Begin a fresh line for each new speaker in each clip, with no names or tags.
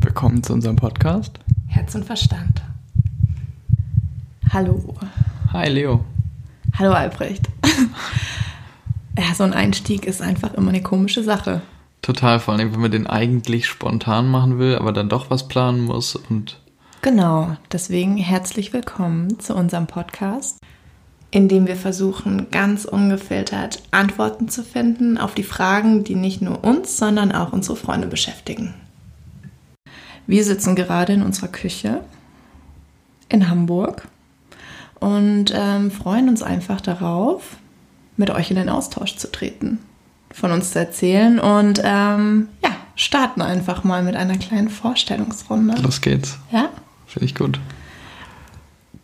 willkommen zu unserem Podcast.
Herz und Verstand. Hallo.
Hi Leo.
Hallo Albrecht. ja, so ein Einstieg ist einfach immer eine komische Sache.
Total, vor allem, wenn man den eigentlich spontan machen will, aber dann doch was planen muss und
Genau, deswegen herzlich willkommen zu unserem Podcast, in dem wir versuchen, ganz ungefiltert Antworten zu finden auf die Fragen, die nicht nur uns, sondern auch unsere Freunde beschäftigen. Wir sitzen gerade in unserer Küche in Hamburg und ähm, freuen uns einfach darauf, mit euch in den Austausch zu treten, von uns zu erzählen und ähm, ja, starten einfach mal mit einer kleinen Vorstellungsrunde.
los geht's.
Ja?
Finde ich gut.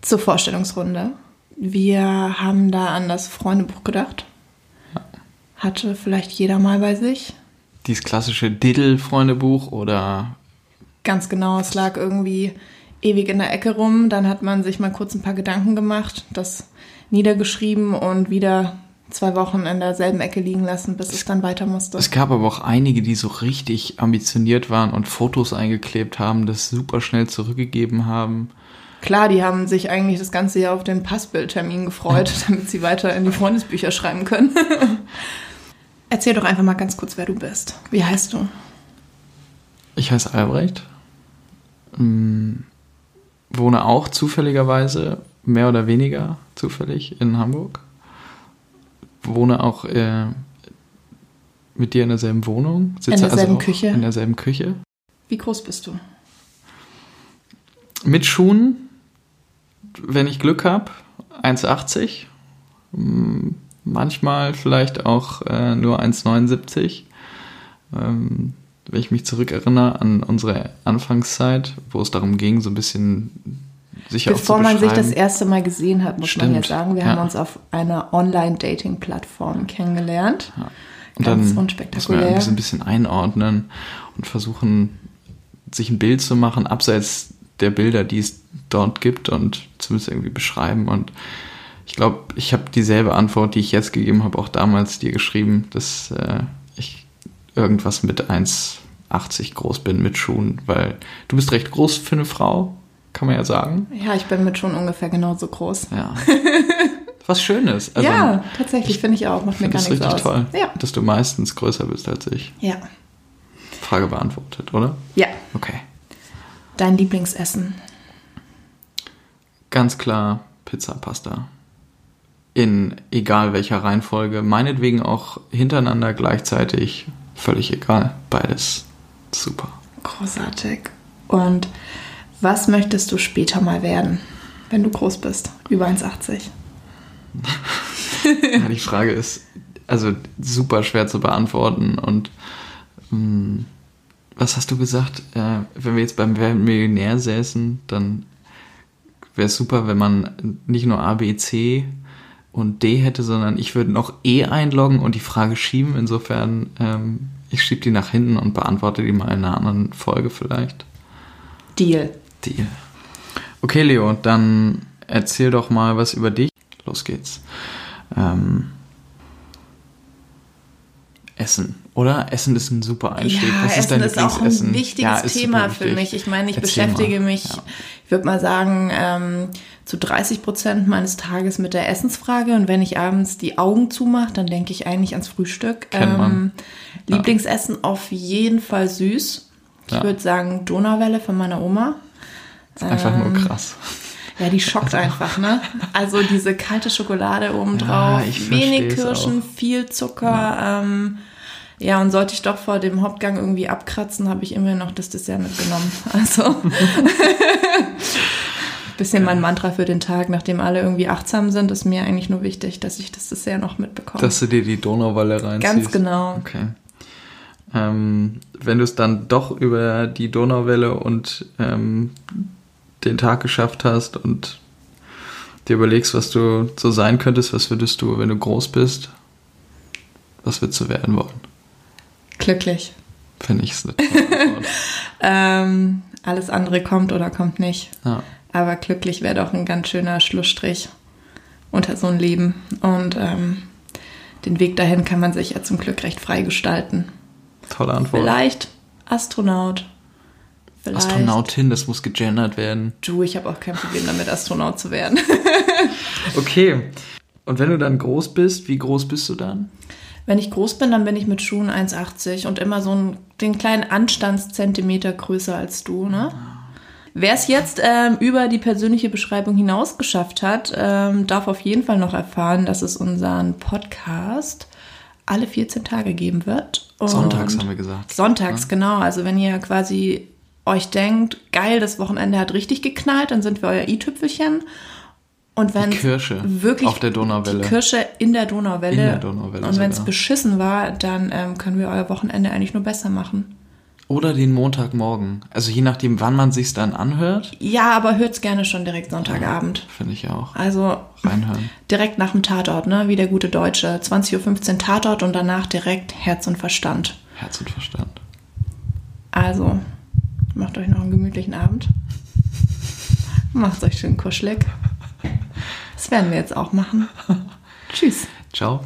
Zur Vorstellungsrunde. Wir haben da an das Freundebuch gedacht. Hatte vielleicht jeder mal bei sich.
Dieses klassische Diddle-Freundebuch oder
Ganz genau, es lag irgendwie ewig in der Ecke rum. Dann hat man sich mal kurz ein paar Gedanken gemacht, das niedergeschrieben und wieder zwei Wochen in derselben Ecke liegen lassen, bis es dann weiter musste.
es gab aber auch einige, die so richtig ambitioniert waren und Fotos eingeklebt haben, das super schnell zurückgegeben haben.
Klar, die haben sich eigentlich das ganze Jahr auf den Passbildtermin gefreut, damit sie weiter in die Freundesbücher schreiben können. Erzähl doch einfach mal ganz kurz, wer du bist. Wie heißt du?
Ich heiße Albrecht, ähm, wohne auch zufälligerweise, mehr oder weniger zufällig, in Hamburg. Wohne auch äh, mit dir in derselben Wohnung. also
derselben Küche.
In derselben Küche.
Wie groß bist du?
Mit Schuhen, wenn ich Glück habe, 1,80. Mm, Manchmal vielleicht auch äh, nur 1,79. Ähm, wenn ich mich zurückerinnere an unsere Anfangszeit, wo es darum ging, so ein bisschen sich auch zu
Bevor man sich das
beschreiben.
erste Mal gesehen hat, muss man ja
Stimmt,
sagen, wir
ja.
haben uns auf einer Online-Dating-Plattform kennengelernt.
Und
ganz
dann
unspektakulär.
Muss man so ein bisschen einordnen und versuchen, sich ein Bild zu machen, abseits der Bilder, die es dort gibt und zumindest irgendwie beschreiben. Und ich glaube, ich habe dieselbe Antwort, die ich jetzt gegeben habe, auch damals dir geschrieben, dass äh, ich irgendwas mit 1,80 groß bin mit Schuhen, weil du bist recht groß für eine Frau, kann man ja sagen.
Ja, ich bin mit schon ungefähr genauso groß.
Ja. Was Schönes. Also,
ja, tatsächlich, finde ich auch. Macht
Ich
mir
finde
gar
das
nichts
richtig
aus.
toll,
Ja.
dass du meistens größer bist als ich.
ja.
Frage beantwortet, oder?
Ja.
Okay.
Dein Lieblingsessen.
Ganz klar Pizza, Pasta. In egal welcher Reihenfolge, meinetwegen auch hintereinander gleichzeitig, völlig egal. Beides super.
Großartig. Und was möchtest du später mal werden, wenn du groß bist? Über 1,80.
Ja, die Frage ist also super schwer zu beantworten und mh, was hast du gesagt? Äh, wenn wir jetzt beim Wer wird Millionär säßen, dann wäre es super, wenn man nicht nur A, B, C und D hätte, sondern ich würde noch E einloggen und die Frage schieben. Insofern, ähm, ich schiebe die nach hinten und beantworte die mal in einer anderen Folge vielleicht.
Deal.
Deal. Okay, Leo, dann erzähl doch mal was über dich. Los geht's. Ähm, Essen, oder? Essen ist ein super Einstieg.
Ja,
was ist
Essen
dein
ist auch ein
Lieblingsessen?
wichtiges
Ja, ist
Thema
super
für
wichtig.
mich. Ich meine, ich
Erzähl
beschäftige
mal.
mich,
Ja.
ich würde mal sagen, ähm, zu 30 Prozent meines Tages mit der Essensfrage. Und wenn ich abends die Augen zumache, dann denke ich eigentlich ans Frühstück. Ähm,
Kennt man. Ja.
Lieblingsessen auf jeden Fall süß. Ich
Ja.
würde sagen Donauwelle von meiner Oma.
Ist einfach nur
ähm,
krass.
Ja, die schockt einfach, ne? Also diese kalte Schokolade
Ja,
obendrauf,
ich
wenig
versteh's
Kirschen, viel Zucker. Ja. Ähm, ja, und sollte ich doch vor dem Hauptgang irgendwie abkratzen, habe ich immer noch das Dessert mitgenommen. Also bisschen mein Mantra für den Tag, nachdem alle irgendwie achtsam sind, ist mir eigentlich nur wichtig, dass ich das Dessert noch mitbekomme.
Dass du dir die Donauwelle reinziehst.
Ganz genau.
Okay. Ähm, wenn du es dann doch über die Donauwelle und ähm, den Tag geschafft hast und dir überlegst, was du so sein könntest, was würdest du, wenn du groß bist, was würdest du werden wollen?
Glücklich.
Finde ich es eine tolle Antwort.
Ähm, alles andere kommt oder kommt nicht.
ja.
Aber glücklich wäre doch ein ganz schöner Schlussstrich unter so ein Leben. Und ähm, den Weg dahin kann man sich ja zum Glück recht frei gestalten.
Tolle Antwort.
Vielleicht Astronaut, vielleicht.
Astronautin, das muss gegendert werden.
Du, ich habe auch kein Problem damit, Astronaut zu werden.
Okay. Und wenn du dann groß bist, wie groß bist du dann?
Wenn ich groß bin, dann bin ich mit Schuhen 1,80 und immer so einen, den kleinen Anstandszentimeter größer als du, ne? Wer es jetzt ähm, über die persönliche Beschreibung hinaus geschafft hat, ähm, darf auf jeden Fall noch erfahren, dass es unseren Podcast alle 14 Tage geben wird. Und
Sonntags haben wir gesagt. ne?
Sonntags, genau. Also wenn ihr quasi euch denkt, geil, das Wochenende hat richtig geknallt, dann sind wir euer i-Tüpfelchen. Und wenn
Die Kirsche
wirklich
auf der Donauwelle.
die Kirsche in der Donauwelle,
In der Donauwelle
und wenn es
sogar.
beschissen war, dann ähm, können wir euer Wochenende eigentlich nur besser machen.
Oder den Montagmorgen. Also je nachdem, wann man sich's dann anhört,
Ja, aber hört's gerne schon direkt Sonntagabend.
finde ich auch.
Also
Reinhören.
direkt nach dem Tatort, ne? Wie der gute Deutsche. 20.15 Uhr Tatort und danach direkt Herz und Verstand.
Herz und Verstand.
Also, macht euch noch einen gemütlichen Abend. Macht's euch schön kuschelig. Das werden wir jetzt auch machen. Tschüss.
Ciao.